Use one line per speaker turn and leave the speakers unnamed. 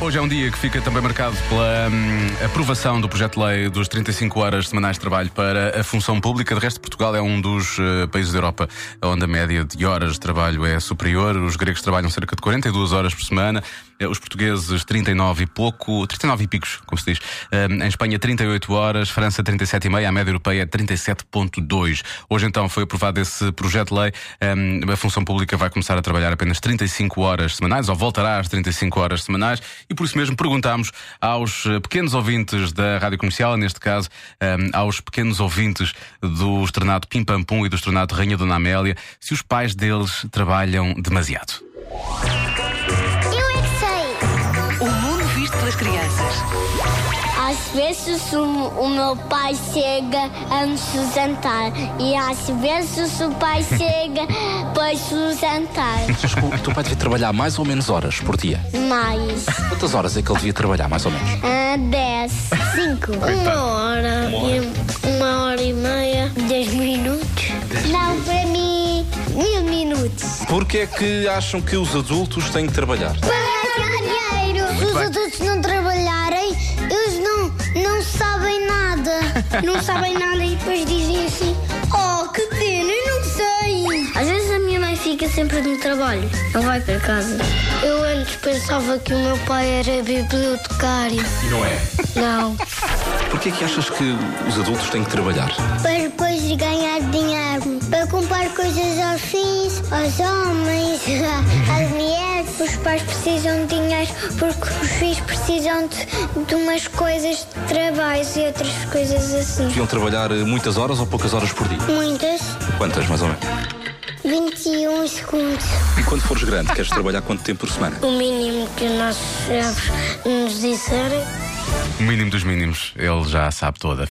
Hoje é um dia que fica também marcado pela hum, aprovação do projeto de lei dos 35 horas semanais de trabalho para a função pública. De resto, Portugal é um dos eh, países da Europa onde a média de horas de trabalho é superior. Os gregos trabalham cerca de 42 horas por semana, eh, os portugueses 39 e pouco, 39 e picos, como se diz. Hum, em Espanha, 38 horas, França, 37,5, a média europeia é 37,2. Hoje, então, foi aprovado esse projeto de lei. Hum, a função pública vai começar a trabalhar apenas 35 horas semanais, ou voltará às 35 horas semanais, e por isso mesmo perguntámos aos eh, pequenos ouvintes da Rádio Comercial, neste caso hum, aos pequenos ouvintes do Estrenado Pim Pam Pum e do Estrenado Rainha Dona Amélia, se os pais deles trabalham demasiado.
Eu é que sei.
O mundo visto pelas crianças.
Às vezes o, o meu pai chega antes do jantar e às vezes o pai chega depois do jantar.
Achas que o teu pai então devia trabalhar mais ou menos horas por dia?
Mais
Quantas horas é que ele devia trabalhar, mais ou menos?
ah, dez, cinco, tá. uma hora, e- um, uma hora e meia, dez minutos. Não, para mim, mil minutos.
Porquê é que acham que os adultos têm que trabalhar?
Para dinheiro. Se os adultos não trabalharem, eles não, não sabem nada. não sabem nada e depois dizem assim: Oh, que pena, eu não sei. Às vezes a minha mãe fica sempre no trabalho, não vai para casa. Eu antes pensava que o meu pai era bibliotecário. E não é? Não.
Porquê é que achas que os adultos têm que trabalhar?
para depois ganhar dinheiro, para comprar coisas aos filhos, aos homens, às mulheres. Os pais precisam de dinheiro porque os filhos precisam de, de umas coisas de trabalho e outras coisas assim.
Deviam trabalhar eh, muitas horas ou poucas horas por dia?
Muitas,
Quantas, mais ou menos?
21 segundos.
E quando fores grande, queres trabalhar quanto tempo por semana?
O mínimo que nossos chefes nos disserem
O mínimo dos mínimos, ele já sabe toda.